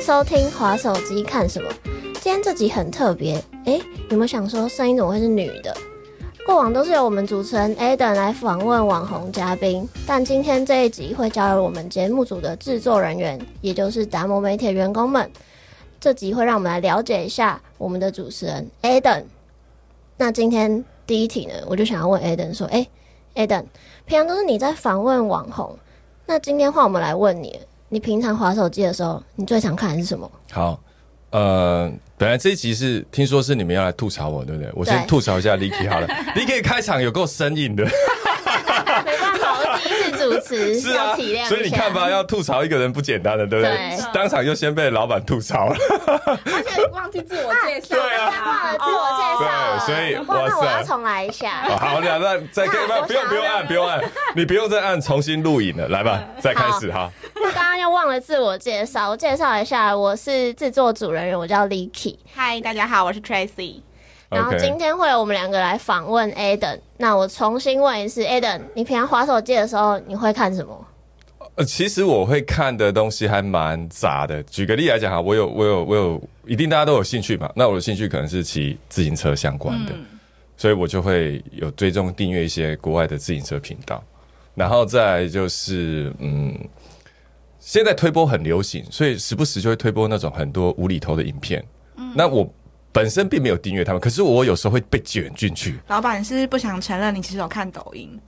收听《划手机看什么》。今天这集很特别，诶，有没有想说声音怎么会是女的？过往都是由我们主持人 Adam 来访问网红嘉宾，但今天这一集会加入我们节目组的制作人员，也就是达摩媒体的员工们。这集会让我们来了解一下我们的主持人 Adam。那今天第一题呢，我就想要问 Adam 说，诶 a d a m 平常都是你在访问网红，那今天换我们来问你，你平常划手机的时候，你最常看的是什么？好，呃，本来这一集是听说是你们要来吐槽我，对不对？我对先吐槽一下 Licky 好了，Licky 开场有够生硬的，没办法，我第一次主持， 是要啊体谅一下。，所以你看吧，要吐槽一个人不简单的，对不对？对当场就先被老板 吐槽了，而且忘记自我介绍对啊忘了自我介哦绍了，对所 以啊哇哇那塞我要重来一下。好好，那那再可以那吗？我不用想不用按，不用按，你不用再按重新录影了，来吧，再开始哈。刚刚又忘了自我介绍，我介绍一下，我是制作组人员，我叫 Licky。嗨，大家好，我是 Tracy。然后 OK 今天会有我们两个来访问 Aden。那我重新问一次，Aden，你平常划手机的时候你会看什么？呃，其实我会看的东西还蛮杂的。举个例来讲哈，我有我有我有，一定大家都有兴趣嘛。那我的兴趣可能是骑自行车相关的，所以我就会有追踪订阅一些国外的自行车频道。然后再来就是，嗯，现在推播很流行，所以时不时就会推播那种很多无厘头的影片。那我本身并没有订阅他们，可是我有时候会被卷进去。老板是不是不想承认你其实有看抖音，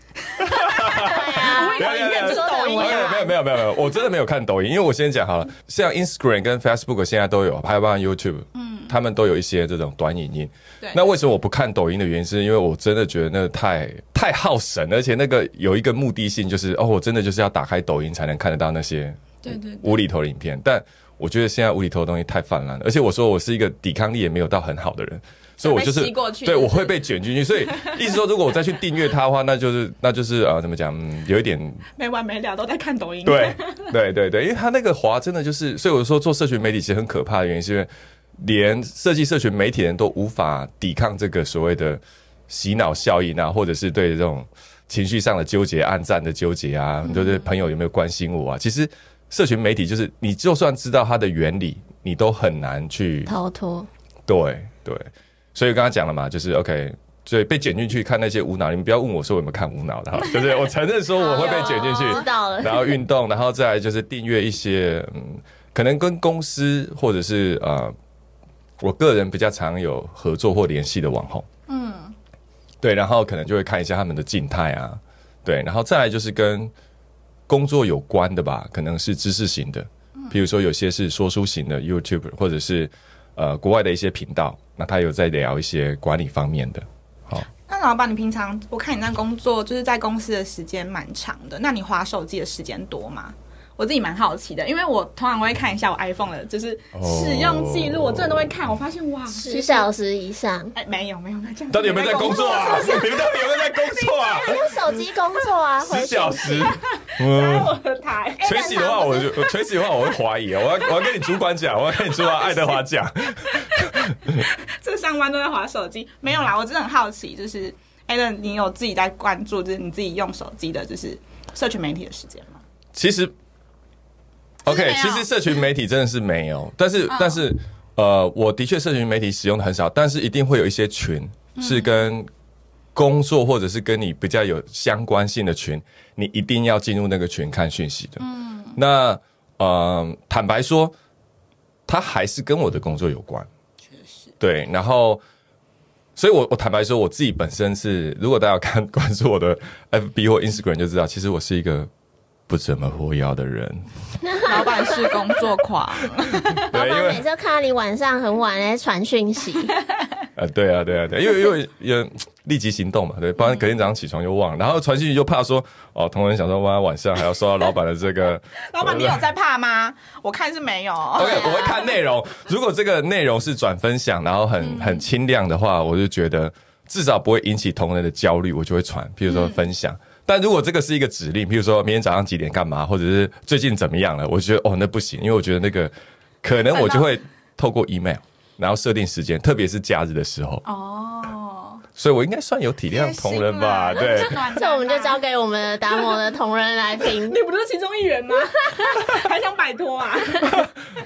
没有没有没有是抖音啊没有没有没有没有，我真的没有看抖音，因为我先讲好了，像 Instagram 跟 Facebook 现在都有，还有包括 YouTube，嗯，他们都有一些这种短影音。对那为什么我不看抖音的原因，是因为我真的觉得那太太耗神，而且那个有一个目的性，就是哦，我真的就是要打开抖音才能看得到那些对对对无厘头的影片，但。我觉得现在无厘头的东西太泛滥了，而且我说我是一个抵抗力也没有到很好的人，所以我就是被吸过去对就是我会被卷进去，所以意思说，如果我再去订阅它的话，那就是那就是啊、呃怎么讲，嗯有一点没完没了都在看抖音？对对对对，因为他那个滑真的就是，所以我说做社群媒体其实很可怕的原因，是因为连设计社群媒体人都无法抵抗这个所谓的洗脑效应啊，或者是对这种情绪上的纠结、暗战的纠结啊，就是朋友有没有关心我啊？其实社群媒体就是你就算知道它的原理，你都很难去逃脱。对对，所以我刚刚讲了嘛，就是 OK。所以被卷进去看那些无脑，你们不要问我说我有没有看无脑的，哈，就是我承认说我会被卷进去，知道 了。然后运动，然后再来就是订阅一些，嗯，可能跟公司或者是呃，我个人比较常有合作或联系的网红，嗯，对，然后可能就会看一下他们的静态啊，对，然后再来就是跟工作有关的吧，可能是知识型的，比如说有些是说书型的 YouTube，或者是呃国外的一些频道，那他有在聊一些管理方面的，那老板，你平常我看你那工作就是在公司的时间蛮长的，那你划手机的时间多吗？我自己蛮好奇的，因为我通常会看一下我 iPhone 的，就是哦使用记录，我真的都会看。我发现哇，十小时以上，哎、没有没有，那这样到底有没有在工作啊？是不 是你们到底有没有在工作 啊？用手机工作啊，回十去小时，在嗯。我的台，哎锤洗的话，我就锤洗的话，我会怀疑啊，我要我要跟你主管讲，我要跟你主管爱德华讲。这上班都在划手机，没有啦，我真的很好奇，就是 a l a n 你有自己在关注，就是你自己用手机的，就是社群媒体的时间吗？其实，OK，没有其实社群媒体真的是没有，但嗯是、但是呃，我的确社群媒体使用的很少，但是一定会有一些群嗯是跟工作或者是跟你比较有相关性的群，你一定要进入那个群看讯息的。嗯，那呃，坦白说，它还是跟我的工作有关。确实，对，然后，所以我我坦白说，我自己本身是，如果大家有看 关注我的 FB 或 Instagram 就知道，其实我是一个不怎么活跃的人。 老板是工作狂，老对，因板每为次都看到你晚上很晚来传讯 息，呃，对啊，对啊，对啊因为因为也立即行动嘛，对，不然隔天早上起床就忘了，然后传讯息就怕说，哦，同仁想说，哇，晚上还要收到老板的这个 老板你有在怕吗？我看是没有。 OK，我会看内容。如果这个内容是转分享，然后很很清亮的话，我就觉得至少不会引起同仁的焦虑，我就会传。譬如说分享，但如果这个是一个指令，譬如说明天早上几点干嘛，或者是最近怎么样了，我觉得哦那不行，因为我觉得那个可能我就会透过 email，然后设定时间，特别是假日的时候。哦，所以我应该算有体谅同仁吧？贴对心啦，暖男这我们就交给我们的达摩的同仁来 评。。你不就是其中一 员吗？还想摆脱啊？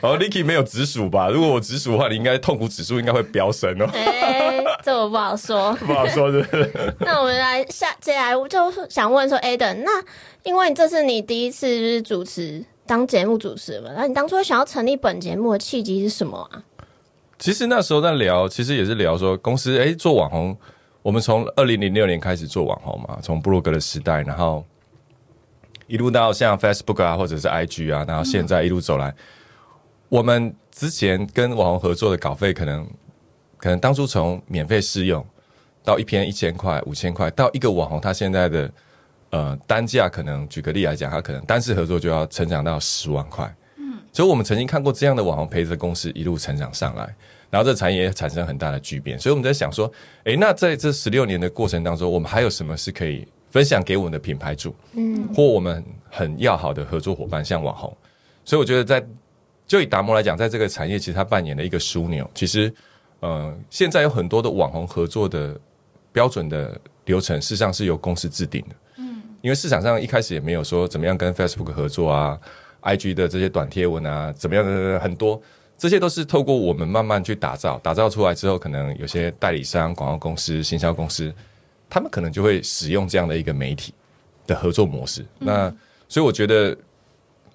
然后 Licky 哦没有直属吧？如果我直属的话，你应该痛苦指数应该会飙升哦哎、这我不好说。不好说，是不是？那我们来下接下来，我就是想问说，Aden，那因为这是你第一次就是主持当节目主持嘛，那你当初想要成立本节目的契机是什么啊？其实那时候在聊，其实也是聊说公司哎、诶做网红，我们从二零零六年开始做网红嘛，从布洛格的时代，然后一路到像 Facebook 啊或者是 IG 啊，然后现在一路走来，我们之前跟网红合作的稿费可能可能当初从免费试用到一篇一千块、五千块，到一个网红他现在的呃单价可能举个例来讲，他可能单次合作就要成长到十万块。嗯，所以我们曾经看过这样的网红陪着公司一路成长上来，然后这产业产生很大的巨变。所以我们在想说，诶，那在这十六年的过程当中，我们还有什么是可以分享给我们的品牌主，嗯，或我们很要好的合作伙伴，像网红。所以我觉得在，就以达摩来讲，在这个产业其实它扮演了一个枢纽。其实，呃，现在有很多的网红合作的标准的流程，事实上是由公司制定的。因为市场上一开始也没有说怎么样跟 Facebook 合作啊，IG 的这些短贴文啊，怎么样的很多，这些都是透过我们慢慢去打造，打造出来之后，可能有些代理商、广告公司、行销公司，他们可能就会使用这样的一个媒体的合作模式。那所以我觉得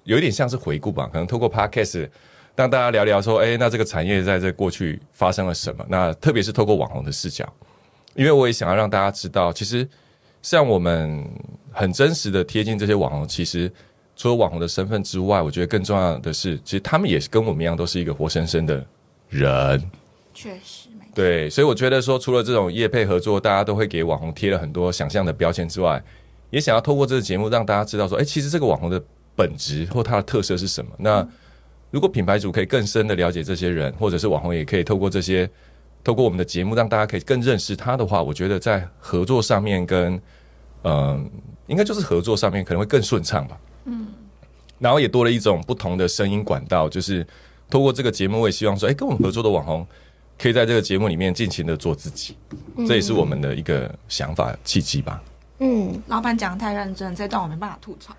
有一点像是回顾吧，可能透过 Podcast 让大家聊聊说，哎，那这个产业在这过去发生了什么？那特别是透过网红的视角，因为我也想要让大家知道，其实像我们很真实的贴近这些网红，其实除了网红的身份之外，我觉得更重要的是，其实他们也是跟我们一样，都是一个活生生的人。确实没错。对，所以我觉得说，除了这种业配合作，大家都会给网红贴了很多想象的标签之外，也想要透过这个节目让大家知道说，哎，其实这个网红的本质或它的特色是什么。那如果品牌主可以更深的了解这些人，或者是网红也可以透过这些，透过我们的节目让大家可以更认识他的话，我觉得在合作上面跟嗯、应该就是合作上面可能会更顺畅吧。嗯，然后也多了一种不同的声音管道，就是透过这个节目，我也希望说，哎，跟我们合作的网红。可以在这个节目里面尽情的做自己，这也是我们的一个想法契机吧。 嗯，老板讲的太认真，这段我没办法吐槽。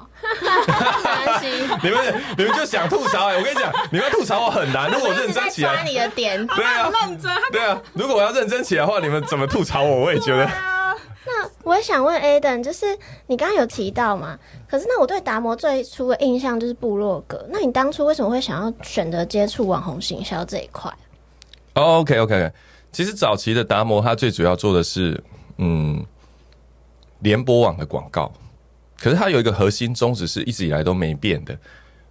没关系，你们你们就想吐槽、欸，我跟你讲，你们要吐槽我很难。如果我认真在起抓来，你的点。对啊，认真，他对啊，如果我要认真起来的话，你们怎么吐槽我？我也觉得，我也想问 Aden，就是你刚刚有提到嘛，可是那我对达摩最初的印象就是部落格，那你当初为什么会想要选择接触网红行销这一块？哦、o k OK OK，其实早期的达摩，它最主要做的是嗯联播网的广告，可是它有一个核心宗旨是一直以来都没变的。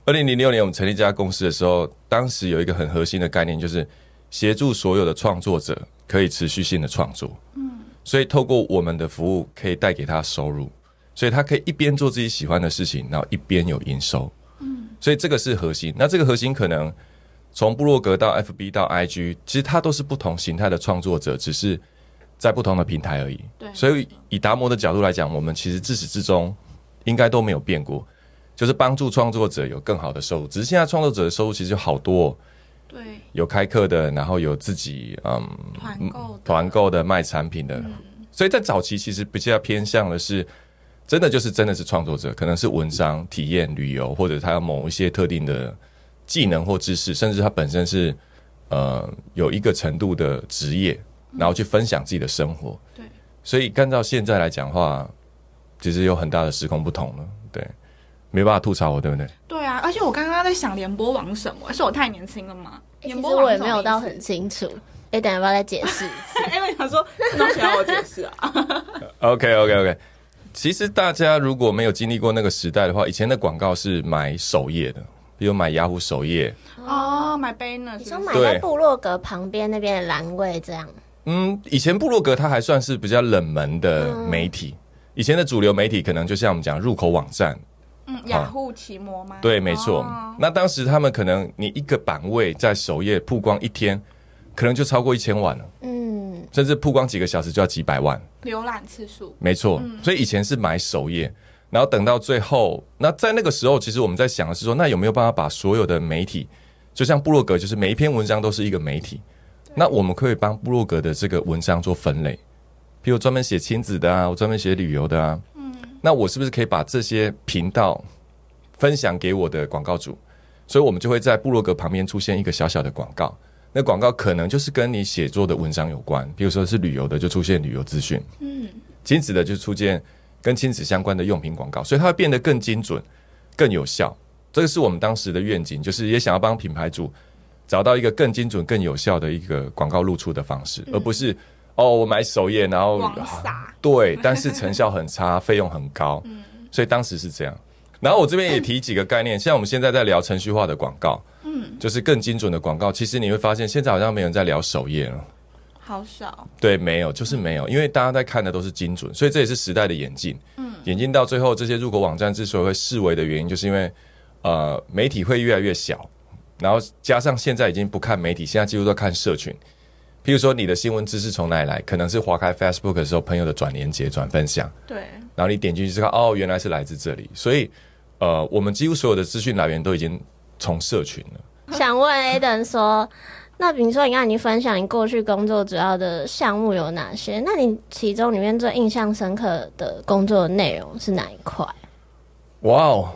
二零零六年我们成立这家公司的时候，当时有一个很核心的概念，就是协助所有的创作者可以持续性的创作。嗯，所以透过我们的服务，可以带给他收入，所以他可以一边做自己喜欢的事情，然后一边有营收。嗯，所以这个是核心。那这个核心可能从部落格到 FB 到 IG，其实它都是不同形态的创作者，只是在不同的平台而已。对所以以达摩的角度来讲，我们其实自始至终应该都没有变过，就是帮助创作者有更好的收入。只是现在创作者的收入其实有好多、哦，对有开课的，然后有自己嗯团购的团购的卖产品的，所以在早期其实比较偏向的是，真的就是真的是创作者，可能是文章、体验、旅游，或者他有某一些特定的技能或知识，甚至他本身是呃有一个程度的职业，然后去分享自己的生活。对，所以干到现在来讲的话，其实有很大的时空不同了。对，没办法吐槽我，对不对？对啊！而且我刚刚在想联播网什么，是我太年轻了吗？哎其联实播网我也是什没么有到意思很清楚，Aden 要不要再解释一次？ 因为想说，那需要我解释啊？ OK OK OK，其实大家如果没有经历过那个时代的话，以前的广告是买首页的，比如买雅虎首页，哦，买 banner，你是说不是买对在部落格旁边那边的栏位这样，嗯，以前部落格它还算是比较冷门的媒体，以前的主流媒体可能就像我们讲入口网站，啊嗯，雅虎奇摩吗？对，没错。哦那当时他们可能你一个版位在首页曝光一天，可能就超过一千万了，嗯，甚至曝光几个小时就要几百万。浏览次数，没错，所以以前是买首页，然后等到最后，那在那个时候，其实我们在想的是说，那有没有办法把所有的媒体，就像部落格，就是每一篇文章都是一个媒体，那我们可以帮部落格的这个文章做分类，比如专门写亲子的啊，我专门写旅游的啊，嗯，那我是不是可以把这些频道分享给我的广告主？所以我们就会在部落格旁边出现一个小小的广告，那广告可能就是跟你写作的文章有关，比如说是旅游的就出现旅游资讯，嗯，亲子的就出现跟亲子相关的用品广告，所以它会变得更精准、更有效。这个是我们当时的愿景，就是也想要帮品牌主找到一个更精准、更有效的一个广告露出的方式，而不是哦，我买首页然后广啊撒对，但是成效很差，费用很 高，所以当时是这样。然后我这边也提几个概念，像我们现在在聊程序化的广告，嗯，就是更精准的广告。其实你会发现，现在好像没有人在聊首页了。好少，对，没有，就是没有，因为大家在看的都是精准，所以这也是时代的演进。嗯，演进到最后，这些入口网站之所以会视为的原因，就是因为呃，媒体会越来越小，然后加上现在已经不看媒体，现在几乎都看社群。譬如说，你的新闻知识从哪里来？可能是划开 Facebook 的时候，朋友的转连接、转分享，对，然后你点进去之后，哦，原来是来自这里。所以，呃，我们几乎所有的资讯来源都已经从社群了。想问 Aden 说，那比如说你让你分享你过去工作主要的项目有哪些？那你其中里面最印象深刻的工作内容是哪一块？哇哦，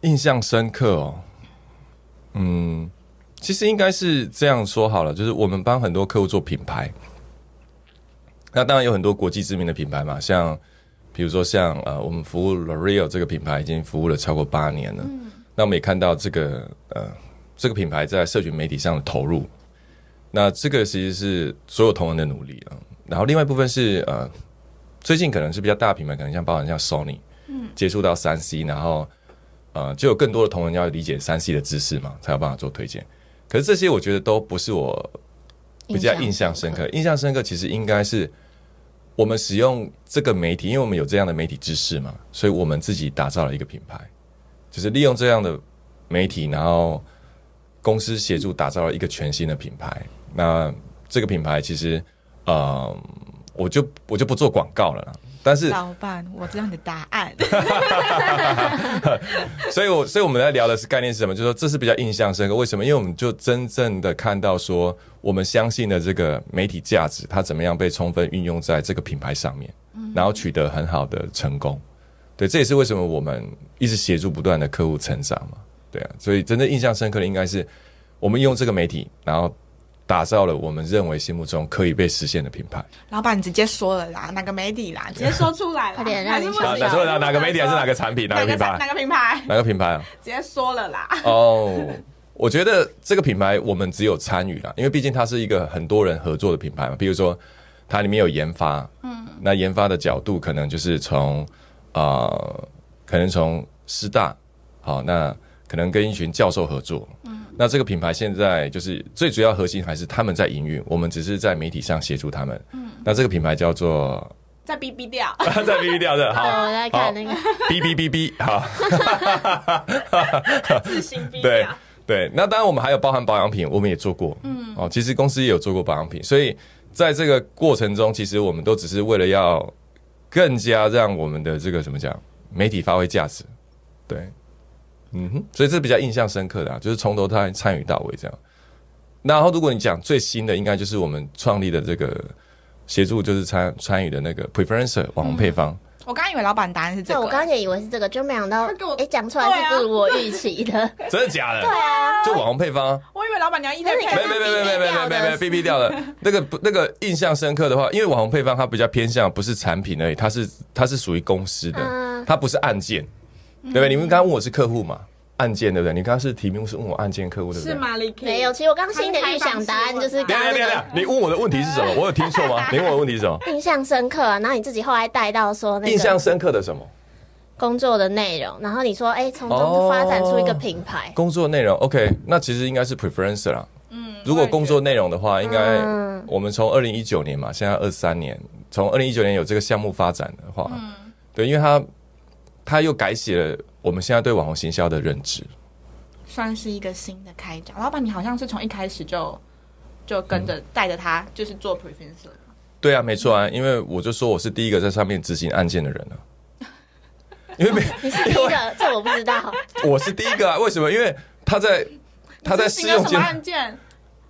印象深刻哦。嗯，其实应该是这样说好了，就是我们帮很多客户做品牌，那当然有很多国际知名的品牌嘛，像比如说像呃，我们服务 L'Oreal 这个品牌已经服务了超过八年了。那我们也看到这个呃，这个品牌在社群媒体上的投入，那这个其实是所有同仁的努力啊。然后另外一部分是呃，最近可能是比较大品牌，可能像包含像 Sony，接触到三 C，然后呃，就有更多的同仁要理解三 C 的知识嘛，才有办法做推荐。可是这些我觉得都不是我比较印象深刻，印象深刻其实应该是我们使用这个媒体，因为我们有这样的媒体知识嘛，所以我们自己打造了一个品牌，就是利用这样的媒体，然后公司协助打造了一个全新的品牌。那这个品牌其实，呃，我就我就不做广告了啦，但是老板，我知道你的答案， 所以我，所以我们在聊的是概念是什么？就是说，这是比较印象深刻。为什么？因为我们就真正的看到说，我们相信的这个媒体价值，它怎么样被充分运用在这个品牌上面，然后取得很好的成功。对，这也是为什么我们一直协助不断的客户成长嘛。对啊，所以真正印象深刻的应该是我们用这个媒体，然后打造了我们认为心目中可以被实现的品牌。老板你直接说了啦，哪个媒体啦， 直接说出来啦，快点还是不让啊，你哪行想说哪哪个媒体还是哪个产品，哪哪个品个哪牌？个品牌， 哪个品牌啊？直接说了啦， 哦，我觉得这个品牌我们只有参与了，因为毕竟它是一个很多人合作的品牌嘛。比如说，它里面有研发，嗯，那研发的角度可能就是从呃，可能从师大，好，那可能跟一群教授合作。嗯，那这个品牌现在就是最主要核心还是他们在营运，我们只是在媒体上协助他们。嗯，那这个品牌叫做 再逼逼掉，在 B B 掉的，对，好哦我在看那个， ，B B B B，好。自行逼对掉。对，那当然我们还有包含保养品，我们也做过，嗯，哦，其实公司也有做过保养品，所以在这个过程中，其实我们都只是为了要更加让我们的这个怎么讲，媒体发挥价值，对，嗯哼，所以这比较印象深刻的啊，就是从头参参与到尾这样。然后如果你讲最新的，应该就是我们创立的这个协助，就是参参与的那个 preferencer 网红配方，我刚以为老板答案是这对我个，刚刚也以为是这个，就没想到他给我，哎，讲出来是不对啊如我预期 的。真的假的？对啊，就网红配方啊、我以为老板娘一可直是 你没看没没没没没没没没，B B 掉了。 那个不那个印象深刻的话，因为网红配方它比较偏向不是产品而已，它是它是属于公司的嗯，它不是案件，对不对？你们刚刚问我是客户嘛，案件对不对？你刚刚是题目是问我案件客户对不是对？吗？李 K 没有，其实我刚心里的预想答案就是等刚一下刚等一下那等一个下，你问我的问题是什么？我有听错吗？你问我的问题是什么？印象深刻啊，然后你自己后来带到说那印象个深刻的什么？工作的内容，然后你说，哎，从中就发展出一个品牌。工作内容 OK，那其实应该是 preference 啦。嗯，如果工作内容的话，应该嗯我们从二零一九年嘛，现在二三年，从二零一九年有这个项目发展的话，对，因为它它又改写了我们现在对网红行销的认知。算是一个新的开展。老板，你好像是从一开始就就跟嗯着带着他，就是做 p r e f e n c e 对啊，没错啊，因为我就说我是第一个在上面执行案件的人啊，因为没你是第一 个，这我不知道。我是第一个啊，为什么？因为他在他在试用什么阶案件？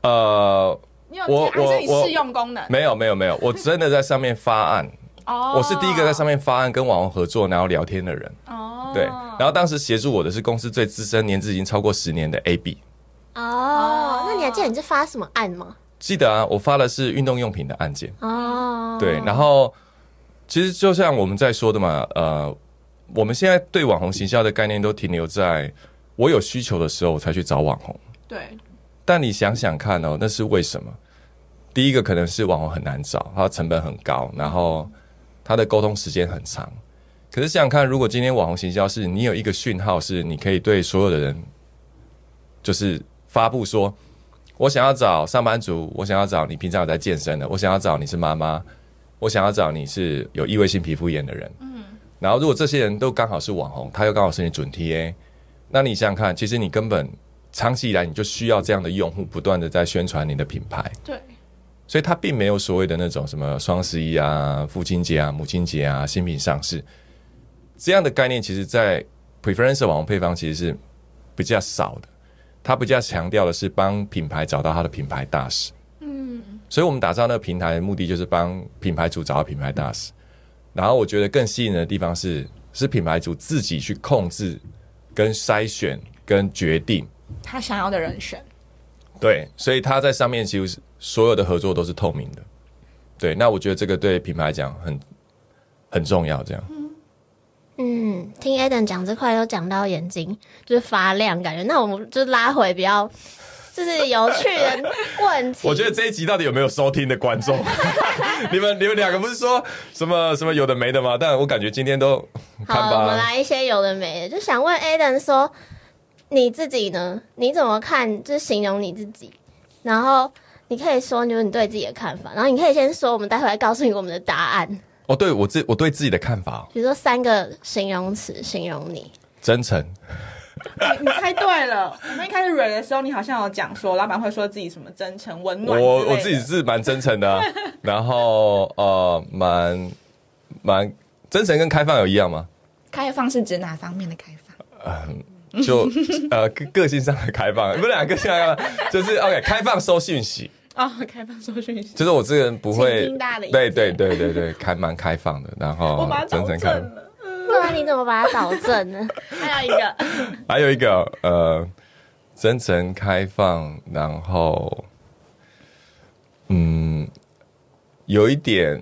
呃，你有我还是你我我试用功能？没有没有没有，我真的在上面发案，哦，我是第一个在上面发案跟网红合作然后聊天的人。哦，对，然后当时协助我的是公司最资深、年资已经超过十年的 AB。哦，那你还记得你是发什么案吗？记得啊，我发的是运动用品的案件。哦，对，然后其实就像我们在说的嘛，呃，我们现在对网红行销的概念都停留在我有需求的时候我才去找网红。对但你想想看哦，那是为什么？第一个可能是网红很难找，它的成本很高，然后它的沟通时间很长。可是想想看，如果今天网红行销是你有一个讯号，是你可以对所有的人，就是发布说，我想要找上班族，我想要找你平常有在健身的，我想要找你是妈妈，我想要找你是有异位性皮肤炎的人。嗯。然后如果这些人都刚好是网红，他又刚好是你准 TA，那你想想看，其实你根本长期以来你就需要这样的用户不断的在宣传你的品牌，对，所以它并没有所谓的那种什么双十一啊、父亲节啊、母亲节啊、新品上市这样的概念，其实在 preference 网红配方其实是比较少的，它比较强调的是帮品牌找到它的品牌大使。嗯，所以我们打造那个平台的目的就是帮品牌主找到品牌大使。然后我觉得更吸引人的地方是，是品牌主自己去控制、跟筛选、跟决定他想要的人选，对，所以他在上面其实是所有的合作都是透明的。对，那我觉得这个对品牌来讲很很重要。这样，嗯，听 Eden 讲这块又讲到眼睛就是发亮感觉，那我们就拉回比较就是有趣的问 题。我觉得这一集到底有没有收听的观众？ 你们你们两个不是说什么什么有的没的吗？但我感觉今天都看好，我们吧。来一些有的没的，就想问 Aden 说，你自己呢？你怎么看？就是形容你自己，然后你可以说就是你对自己的看法，然后你可以先说，我们待会来告诉你我们的答案。 哦，对我自我对自己的看法哦，比如说三个形容词形容 你，真诚。你你猜对了。我们一开始蕊的时候，你好像有讲说，老板会说自己什么真诚、温暖之类我的，我自己是蛮真诚的啊、然后呃，蛮蛮真诚跟开放有一样吗？开放是指哪方面的开放？就呃个个性上的开放，不是两个性上的开放，就是 OK 开放收信息，哦，开放收讯息，就是我这个人不会倾听大的意见对对对对对，开蛮开放的，然我后把它真纠诚正开放。了。不然你怎么把它导正呢？还有一个， 还有一个呃，真诚开放，然后嗯，有一点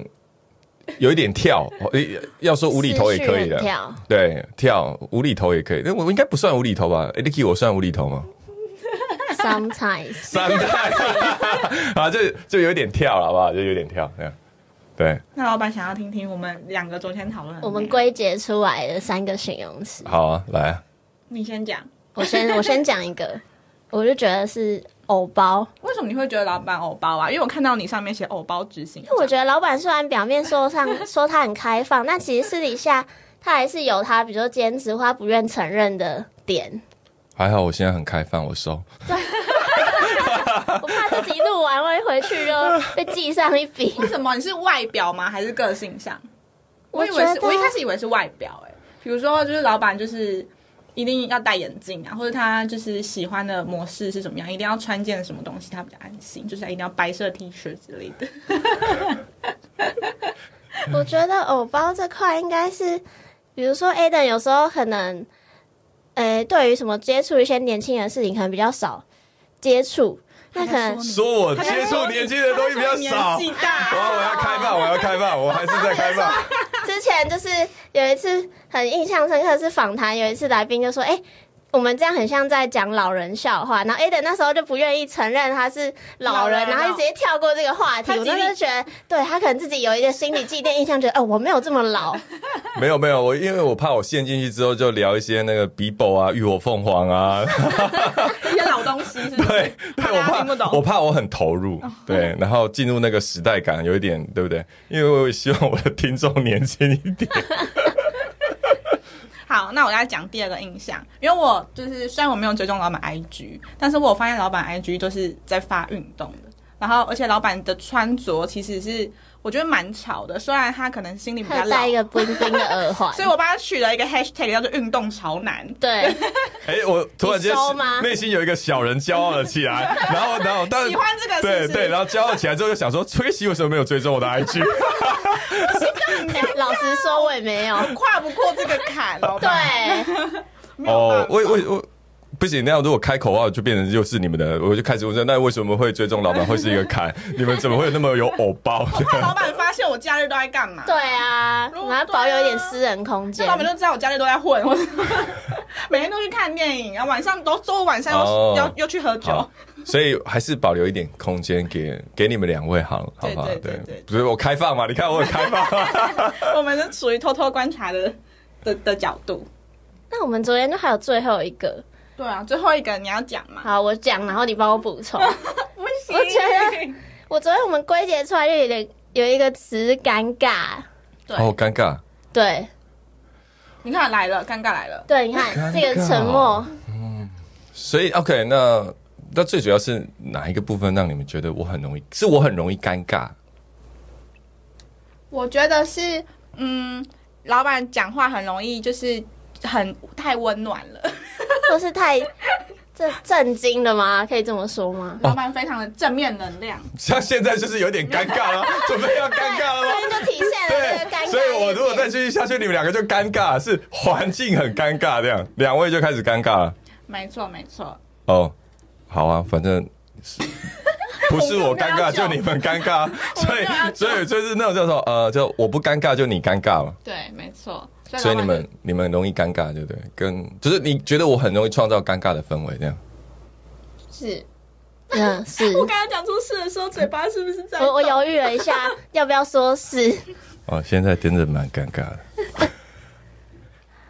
有一点跳，哦诶要说无厘头也可思以绪很的，跳对，跳无厘头也可以，那我应该不算无厘头吧 l i c k y 我算无厘头吗？ Sometimes，三代 啊，就就有点跳了，好不好？就有点跳，这样对，那老板想要听听我们两个昨天讨论的内我容，们归结出来的三个形容词，好啊，来啊，你先讲，我先我先讲一个，我就觉得是偶包。为什么你会觉得老板偶包啊？因为我看到你上面写偶包执行长，我觉得老板虽然表面说上 说他很开放，但其实私底下他还是有他，比如说兼职或他不愿承认的点。还好我现在很开放，我收。我怕这集录完，万一回去又被记上一笔。为什么你是外表吗？还是个性上？我我以为是觉，得我一开始以为是外表、欸，哎，比如说就是老板就是一定要戴眼镜啊，或者他就是喜欢的模式是怎么样，一定要穿件什么东西他比较安心，就是一定要白色 T 恤之类的。我觉得偶包这块应该是，比如说 Aden 有时候可能，呃，对于什么接触一些年轻人的事情，可能比较少接触。那可能说我他在 接触说你年轻人的东西比较少哦他在说，你年纪我大，啊要我要开放，我要开放，我还是在开放。 之前就是有一次很印象深刻的是访谈，有一次来宾就说：“哎、我们这样很像在讲老人笑话。”然后 Aden 那时候就不愿意承认他是老人，老人哦然后就直接跳过这个话题。他我极力那时候觉得，对他可能自己有一个心理祭奠印象，觉得哦，我没有这么 老。没有没有，我因为我怕我陷进去之后就聊一些那个 Bibo 啊、浴火凤凰啊， 一些老东西是不是对，对怕我大家听不怕我懂。怕我很投入，对，然后进入那个时代感有一点，对不对？因为我也希望我的听众年轻一点。好，那我要讲第二个印象，因为我就是虽然我没有追踪老板 IG，但是我有发现老板 IG 都是在发运动的，然后而且老板的穿着其实是。我觉得蛮吵的，虽然他可能心里比较他老戴一，个冰冰的耳环，所以我帮他取了一个 hashtag 叫做“运动潮男”。 对，哎、我突然间你收吗内心有一个小人骄傲了起来，然后然后但喜欢这个是对不是对，然后骄傲起来之后就想说，崔西为什么没有追踪我的 IG？老实说我也没有，跨不过这个坎，老对板， 没有办哦法，我我我不行，那样如果开口号就变成又是你们的，我就开始问说，那为什么会追踪老板会是一个坎？你们怎么会有那么有偶包 怕的？老板发现我假日都在干嘛？对啊，如果我们要保有一点私人空这间老。板就知道我假日都在混，我 每天都去看电影，然啊后晚上都周五晚上又、哦又又去喝酒好。，所以还是保留一点空间给给你们两位好了，好对不好？对对对不是我开放嘛？你看我很 开放。我们是属于偷偷观察的的的角度。那我们昨天就还有最后一个，对啊，最后一个你要讲嘛？好，我讲，然后你帮我补充。不行我觉我昨天我们归结出来就有点有一个词尴尬，对，哦，尴尬，对你看来了，尴尬来了。对，你看尴尬哦这个沉默，所以 OK，那那最主要是哪一个部分让你们觉得我很容易？是我很容易尴尬？我觉得是，嗯，老板讲话很容易就是很太温暖哦了，或是太这震惊了吗？可以这么说吗？老板非常的正面能量。像现在就是有点尴尬了，准备要尴尬 了吗？这就体现了这个尴尬。所以我如果再继续下去，你们两个就尴尬，是环境很尴尬这样，两位就开始尴尬了。没错，没错。哦，好啊，反正是不是我尴尬，我们没有就要你们尴 尬，啊所我们没有要以讲所以就是那种叫做呃，就我不尴尬，就你尴尬嘛。对，没错。所老以板你们你们容易尴尬，对不对？跟就是你觉得我很容易创造尴尬的氛围这样。是嗯，是我刚才讲出事的时候，嘴巴是不是在？我我犹豫了一下，要不要说是？哦，现在真的蛮尴尬的，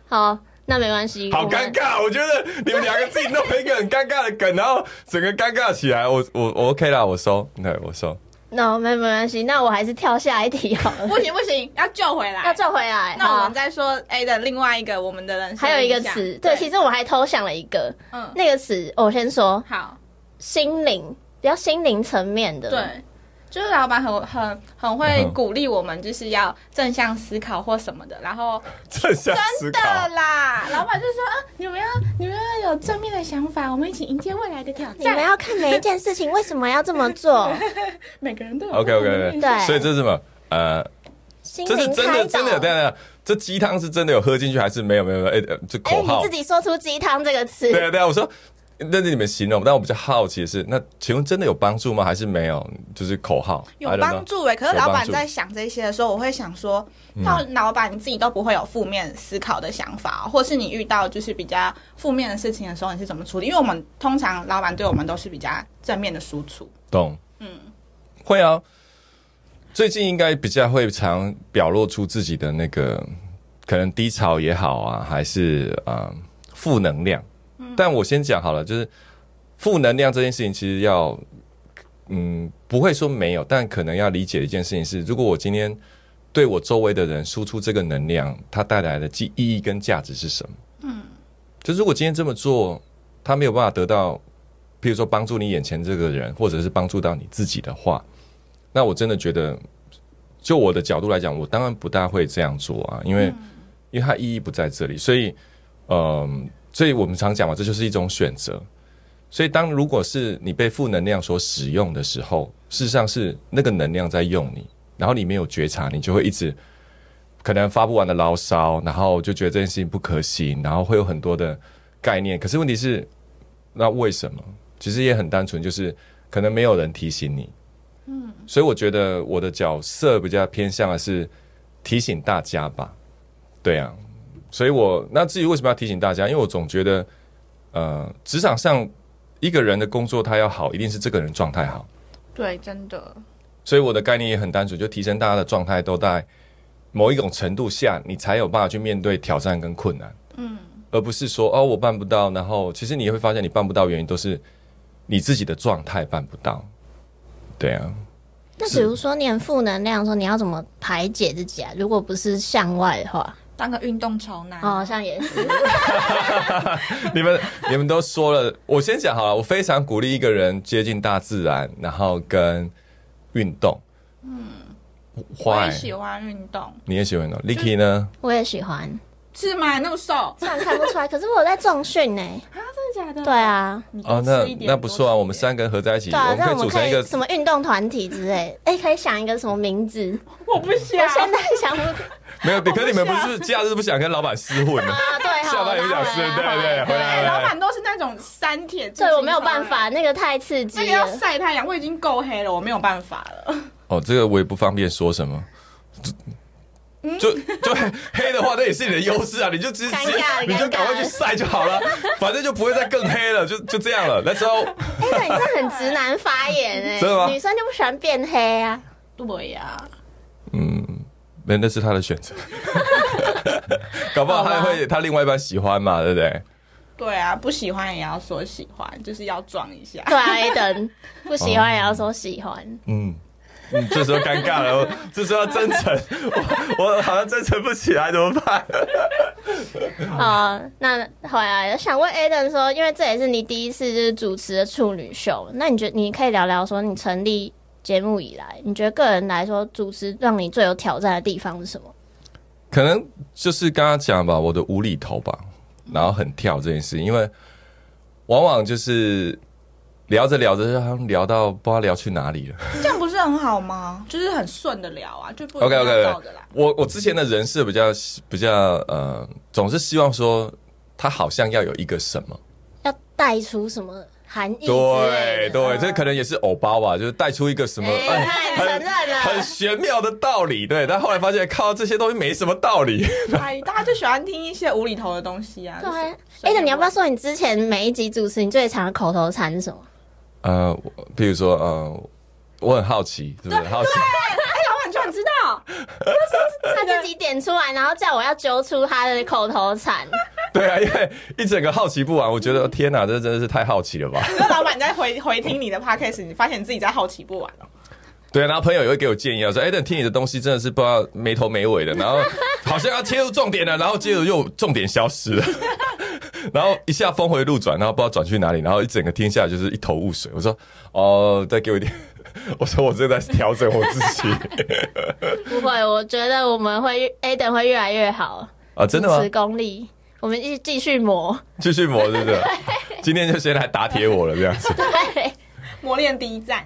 好，那没关系，好我们尴。尬！我觉得你们两个自己弄了一个很尴尬的梗，然后整个尴尬起来。我我我 OK 啦，我收，对我收。那没没关系，那我还是跳下一题 好了，不行不行，要救回要来。转回来。那我好们再说 A 的另外一个我们的人生还有一个印象词，对，其实我还偷想了一个，嗯，那个词哦我先说好，心灵，比较心灵层面的。对，就是老板很很很会鼓励我们，就是要正向思考或什么的，然后正向思真考。的啦，老板就说啊，你们要你们要有正面的想法，我们一起迎接未来的挑你们战。要看每一件事情为什么要这么 做，每个人都有 OK 不 OK 同的 OK，意见对所以这是什么？呃，心这是灵真开的真的导有哎这。样的，这鸡汤是真的有喝进去还是没有没有没有？哎、呃这哎，口你号自。己说出鸡汤这个词，对啊对啊，我说。那是你们形容，但我比较好奇的是，那请问真的有帮助吗？还是没有？就是口号有 I don't know 帮助哎、可是有帮老板助嗯在想这些的时候，我会想说，到老板你自己都不会有负面思考的想法，或是你遇到就是比较负面的事情的时候，你是怎么处理？因为我们通常老板对我们都是比较正面的输出，懂？嗯，会啊。最近应该比较会常表露出自己的那个可能低潮也好啊，还是啊、呃负能量。但我先讲好了，就是负能量这件事情，其实要嗯不会说没有，但可能要理解一件事情是，如果我今天对我周围的人输出这个能量，它带来的意意义跟价值是什么？嗯，就如果今天这么做，他没有办法得到譬如说帮助你眼前这个人，或者是帮助到你自己的话，那我真的觉得，就我的角度来讲，我当然不大会这样做啊，因为、因为它意义不在这里，所以，嗯、所以我们常讲嘛，这就是一种选择。所以，当如果是你被负能量所使用的时候，事实上是那个能量在用你，然后你没有觉察，你就会一直可能发不完的牢骚，然后就觉得这件事情不可行，然后会有很多的概念。可是问题是，那为什么？其实也很单纯，就是可能没有人提醒你。嗯，所以我觉得我的角色比较偏向的是提醒大家吧。对啊，所以我那至于为什么要提醒大家，因为我总觉得，呃，职场上一个人的工作他要好，一定是这个人状态好。对，真的，所以我的概念也很单纯，就提升大家的状态都在某一种程度下，你才有办法去面对挑战跟困难。嗯，而不是说哦我办不到，然后其实你会发现你办不到，原因都是你自己的状态办不到。对啊，那比如说你很负能量的时候，你要怎么排解自己啊？如果不是向外的话，当个运动潮男哦，好像也是。你们你们都说了，我先讲好了，我非常鼓励一个人接近大自然，然后跟运动。嗯，我坏也。喜欢运动，你也喜欢的，Licky 呢？我也喜欢，是吗？那么瘦，啊虽然看不出来，可是我在重训呢、真的假的？对，啊，你多哦，吃那一点那不错啊，多吃一点我们三个人合在一起，对啊，我们那我可以们组可成一以个什么运动团体之类的，哎、可以想一个什么名字？我不想我，现在想不没有，可是你们我不不想是假日不想跟老板厮混吗？啊，对，下好，班有拉点回事来对拉回对来回来哎老板都是那种三铁，对我没有办。法，那个太刺激这啊个要了。晒太阳，我已经够黑了，我没有办法了。哦，这个我也不方便说什么。就就黑的话，那也是你的优势啊！你就直接嗯尴尬了你就尴尬赶快去晒就好了，反正就不会再更黑了，就就这样了。那时候哎、对，你这很直男发言哎、真的吗女生就不喜欢变黑啊。对啊呀、没，嗯那是他的选 择，搞不好他会他另外一半喜欢嘛，对不对？对啊，不喜欢也要说喜欢，就是要装一下。对啊，Aden 不喜欢也要说喜欢。嗯。嗯，这时候尴尬了，我这时候要真诚，我我好像真诚不起来，怎么办？哦啊、那回来啊想问 Aden 说，因为这也是你第一次就是主持的处女秀，那你觉得你可以聊聊说你成立节目以来，你觉得个人来说主持让你最有挑战的地方是什么？可能就是刚刚讲吧，我的无厘头吧，然后很跳这件事，因为往往就是聊着聊着，就好像聊到不知道聊去哪里了。这样不是很好吗？就是很顺的聊啊，就不 OK OK，照着啦。我我之前的人设比较比较呃，总是希望说他好像要有一个什么，要带出什么含义之类的？对对，这可能也是偶包吧，就是带出一个什么。哎、哎他也承认 了。很玄妙的道理，对，但后来发现，靠，这些东西没什么道理。哎，大家就喜欢听一些无厘头的东西啊。对啊，哎、哎，那你要不要要？说你之前每一集主持你最常的口头禅是什么？呃，我比如说，呃，我很好奇，是不是好奇？老板居然知道，他自己点出来，然后叫我要揪出他的口头禅。 对啊，因为一整个好奇不完，我觉得天哪，这真的是太好奇了吧？ 你说老板你在回回听你的 podcast，你发现你自己在好奇不完哦。对，然后朋友也会给我建议啊，说：“哎，等听你的东西真的是不知道没头没尾的，然后好像要切入重点了，然后接着又重点消失了， 然后一下峰回路转，然后不知道转去哪里，然后一整个听下来就是一头雾水。”我说：“哦，再给我一点。” 我说：“我正在调整我自己 不会，我觉得我们会 A 等会越来越好，啊，真的主吗持？功力，我们继继续磨。继续磨，是不是？今天就先来打铁我了，这样子。”对，磨练第一站，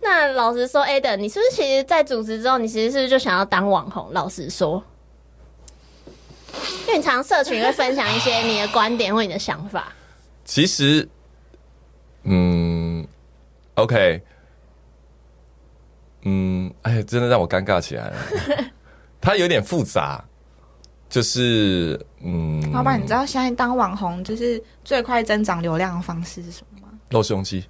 那老实说，A 等，你是不是其实，在主持之后，你其实是不是就想要当网红？老实说，因为你常社群会分享一些你的观点或你的想法。其实，嗯，OK，嗯，哎，真的让我尴尬起来 了。它有点复杂，就是嗯，老板，你知道现在当网红就是最快增长流量的方式是什么吗？露胸肌，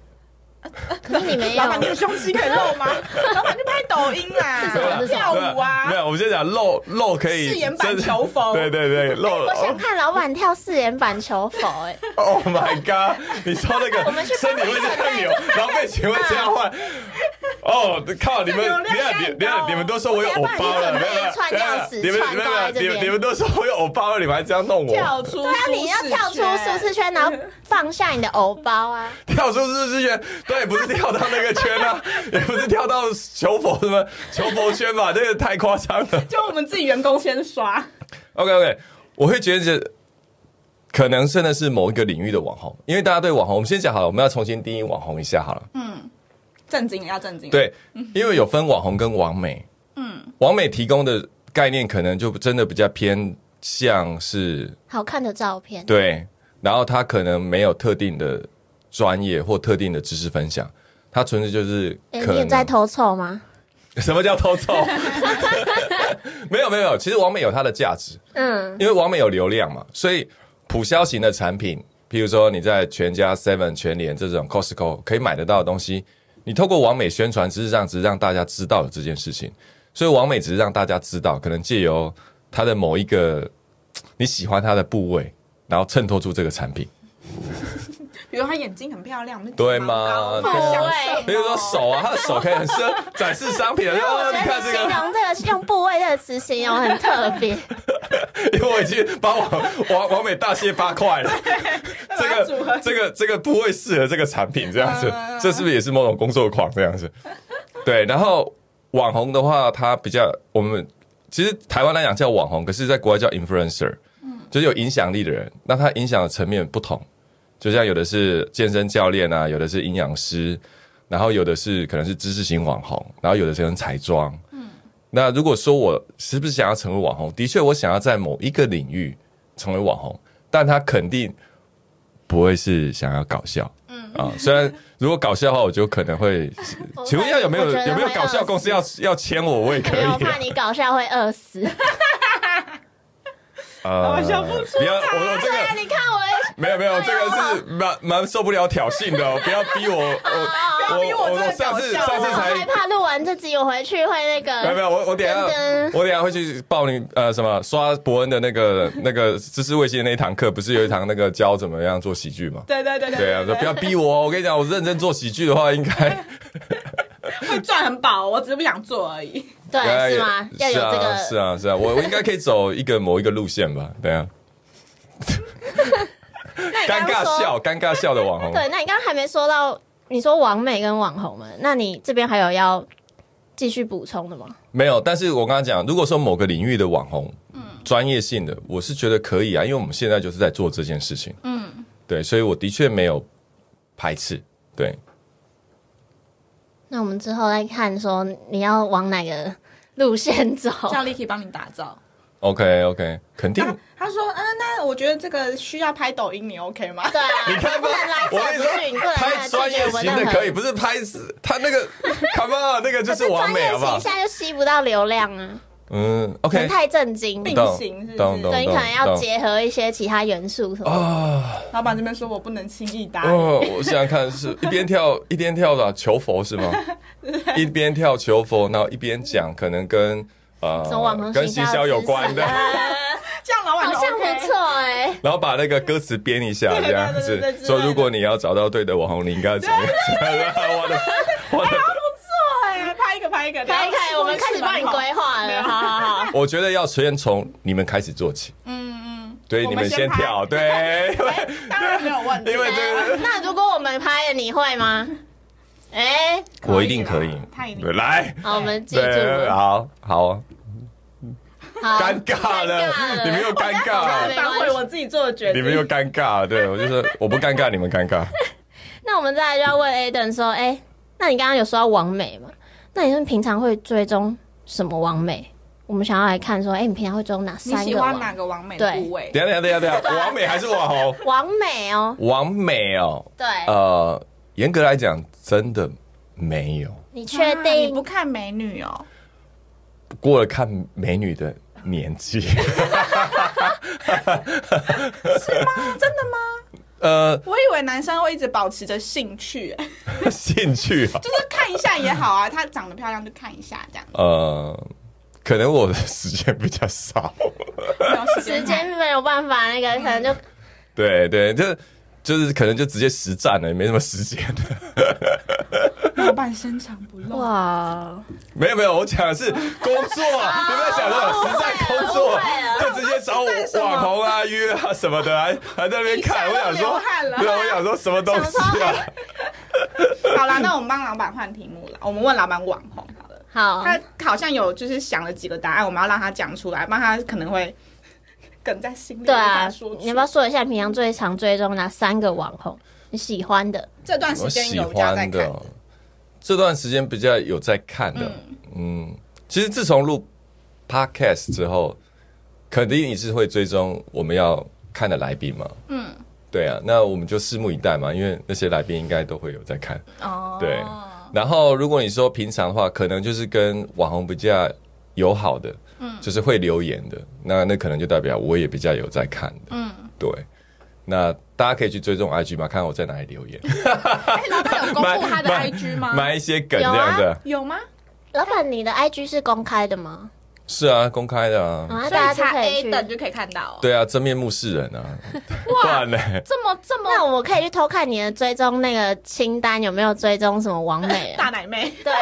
可是你没有老，板，你有胸肌可以露 吗？老板就拍抖音啊是什么是，什跳么舞啊没，有，我们先讲露露可以饰演版真的球 风对对对，露。我哎想看老板跳四连板求否、哎， Oh my god！你说那个身体会这样扭，然后背景会这样换。哦，靠！你们，这流量你看，太你高你看，你们都说我有偶包了，我直接把你整没有没个串钥匙有，没有没有串你们，挂在这你边们，你们都说我有偶包了，你们还这样弄我，跳出对啊，你要跳出舒适圈，然后放下你的偶包啊。跳出舒适圈，对，不是跳到那个圈啊， 也不是跳到求佛什么求佛圈吧，这个太夸张了。就我们自己员工先刷， OK OK，我会觉得可能真的是某一个领域的网红，因为大家对网红，我们先讲好了，我们要重新定义网红一下好了。震惊要震惊。，对，因为有分网红跟网美，嗯，网美提供的概念可能就真的比较偏向是好看的照片，对，然后他可能没有特定的专业或特定的知识分享，他纯粹就是哎、可你有能、在偷臭吗？ 什么叫偷臭？没有没有，其实网美有它的价值，嗯，因为网美有流量嘛，所以普销型的产品，譬如说你在全家、Seven、全联这种 Costco 可以买得到的东西，你透过网美宣传，事实上只是让大家知道有这件事情。所以网美只是让大家知道，可能借由它的某一个你喜欢它的部位，然后衬托出这个产品。比如他眼睛很漂亮，我们就对睫毛吗膏我们就想什么比如说手啊，他的手可以很适合展示商品啊，就哦，哎我你觉得看你这形个，容这个用部位这个词形容很特别，因为我已经把网网网美大卸八块了。这把它组合嗯个这个这个部位适合这个产品这样子，这是不是也是某种工作狂这样子？对，然后网红的话，它比较我们其实台湾来讲叫网红，可是在国外叫 influencer，嗯，就是有影响力的人。那他影响的层面不同，就像有的是健身教练啊，有的是营养师，然后有的是可能是知识型网红，然后有的是能彩妆。嗯，那如果说我是不是想要成为网红？的确，我想要在某一个领域成为网红，但他肯定不会是想要搞笑。嗯啊，虽然如果搞笑的话，我就可能会我 请问一下有没有我觉得有没有会搞笑公司要要签我，我也可以、没有啊。怕你搞笑会饿死。 哎呃我笑不出不要，我我这对啊，个你看我也没有没有，这个是蛮蛮受不了挑衅的哦，不要逼我，我不要逼我我真的上次搞笑上次我害才。怕录完这集我回去会那没个。有没有，我我等一下噔噔我等一下会去报你呃什么刷伯恩的那个 那个知识卫星的那一堂课，不是有一堂那个教怎么样做喜剧吗？对对对对啊，说不要逼我哦，我跟你讲，我认真做喜剧的话，应该会赚很饱，我只是不想做而已。 对，是吗？要有这啊哎是个。啊是啊，我我应该可以走一个某一个路线吧？对啊， 尴尬笑尴尬笑的网红，对，那你刚刚还没说到，你说网美跟网红们，那你这边还有要继续补充的吗？没有，但是我刚刚讲，如果说某个领域的网红，嗯专业性的，我是觉得可以啊，因为我们现在就是在做这件事情，嗯，对，所以我的确没有排斥，对，那我们之后再看说你要往哪个路线走。叫 Licky 帮你打造。 OK OK，肯定，他他说，嗯、那我觉得这个需要拍抖音，你 OK 吗？ 对啊，你看吧来，我跟你不是你不说，能拍专业型的可以，不是拍他那个 ，Come on，那个就是啊完专美，业好不形好？象就吸不到流量啊，嗯可，OK，能太震惊。并懂行是不是懂懂对你懂可能要懂结合一些其他元素什么的。啊。老板这边说我不能轻易答应。哦， 我想想看，是一边跳一边跳的啊求佛是 吗？一边跳求佛，然后一边讲可能跟呃什么网红跟行行销销的啊有知识关的，这样老板 好就像 OK 不错哎、然后把那个歌词编一下对对这样对对子对之类，的说如果你要找到对的网红，你应该怎么样？ 我的我的，对，欸拍一个拍一个，可以可以，我们开始帮你规划了，好好好。我觉得要先从你们开始做起，嗯。嗯对，我你们们先先拍跳， 对，嗯，当然没有问题。因为这 个那如果我们拍了，你会 吗？哎、我一定可以他一定，来，好，我们记住对，啊了。好好，哦好，尴尬了尴尬了，你们又尴尬好了没。反关系悔我自己做的决你定。们又尴尬，对我就说我不尴尬，你们尴尬。那我们再来就要问 Aden 说，哎、那你刚刚有说到王美嘛？那你是平常会追踪什么王美？我们想要来看说，哎、你平常会追踪哪你三喜个欢哪王？个完美的的部部位？等一下等一下等一下等一下，王美还是网红？王美哦，王美哦，对，呃，严格来讲，真的没有你确啊你定？不看美女哦？过了看美女的年纪。是吗？真的吗？呃，我以为男生会一直保持着兴趣，就兴趣啊，是看一下也好啊，她长得漂亮就看一下这样，呃，可能我的时间比较少。没有时时间间看。没有办法，那个可能就对对，就就是可能就直接实战了，也没什么时间。老板深藏不露，哇，没有没有，我讲的是工作，你们在想着实在工误作会了，就直接找哦实在什我么网红啊、约啊什么的，还还在那边看。一我下想就说流汗，了对啊，我想说什么东西想啊？好啦，那我们帮老板换题目了，我们问老板网红好了。好，他好像有就是想了几个答案，我们要让他讲出来，不然他可能会梗在心里。对啊无法说，你要不要说一下你平常最常追踪哪三个网红？你喜欢的？这段时我间喜有加在欢看的，这段时间比较有在看的，嗯，其实自从录 podcast 之后，肯定你是会追踪我们要看的来宾嘛，嗯，对啊，那我们就拭目以待嘛，因为那些来宾应该都会有在看。哦对然后如果你说平常的话，可能就是跟网红比较友好的，嗯，就是会留言的，那那可能就代表我也比较有在看的，嗯，对。那大家可以去追踪 IG 嘛，看我在哪里留言，哎，老板有公布他 的 IG 吗？埋一些梗这样的，有啊吗？老板，你的 IG 是公开的吗？是啊，公开的啊，啊，所大以家查都可以 A 去。等就可以看到哦。对啊，真面目示人啊，不然呢？这么这么那我可以去偷看你的追踪那个清单，有没有追踪什么王美啊 大人？奶妹，对，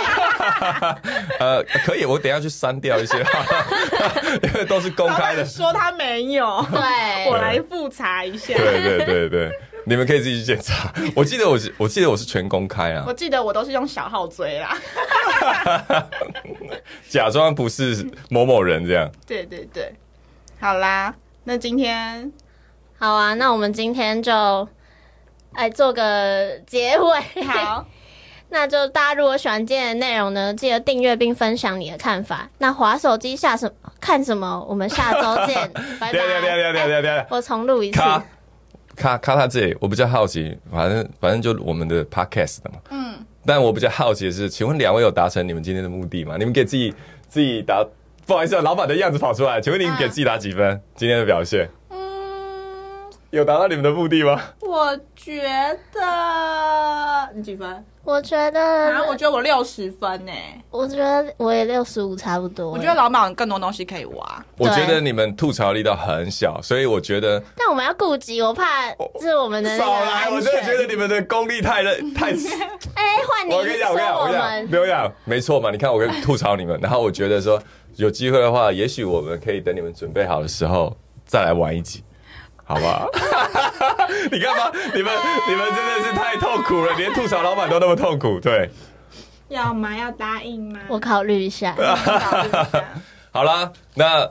呃，可以，我等一下去删掉一些， 因为都是公老开的板，说他没有，对我来复查一下。对对对对，你们可以自己去检查。我记得我是我记得我是全公开啊我，记得我都是用小号追啦。假装不是某某人这样。对对对，好啦，那今天好啊，那我们今天就来做个结尾。好，那就大家如果喜欢今天的内容呢，记得订阅并分享你的看法。那划手机下什看什么？我们下周 见，拜拜。等一下等一下等一下等一下等一下哎我重录一次。卡卡卡他这里，我比较好奇，反正反正就我们的 podcast 的嘛，嗯，但我比较好奇的是，请问两位有达成你们今天的目的吗？你们给自己自己打，不好意思、啊，老板的样子跑出来，请问你们给自己打几分？今天的表现嗯，有达到你们的目的吗？我觉得你几分？我觉得，啊，我觉得我六十分呢、我觉得我也六十五差不多。我觉得，老板有更多东西可以挖。我觉对得你们吐槽力道很小，所以我觉得但我们要顾及，我怕是我们的那个少来，安我真的全觉得你们的功力太认太。哎，换你我跟你讲，我跟你讲，说我跟你们讲，没有我跟你讲，没错嘛。你看，我跟吐槽你们，然后我觉得说，有机会的话，也许我们可以等你们准备好的时候再来玩一集，好不好？你干嘛？你们你们真的是太痛苦了，连吐槽老板都那么痛苦。对，要吗？要答应吗？我考虑一下。啊好啦，那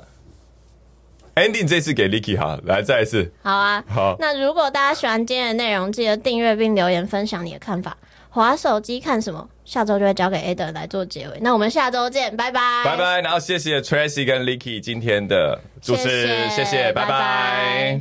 ending 这次给 Licky 哈，来再一次，好啊，好那如果大家喜欢今天的内容，记得订阅并留言分享你的看法。划手机看什么？下周就会交给 A 的来做结尾。那我们下周见，拜拜，拜。拜。然后谢谢 Tracy 跟 Licky 今天的主持，谢谢谢谢，拜拜拜拜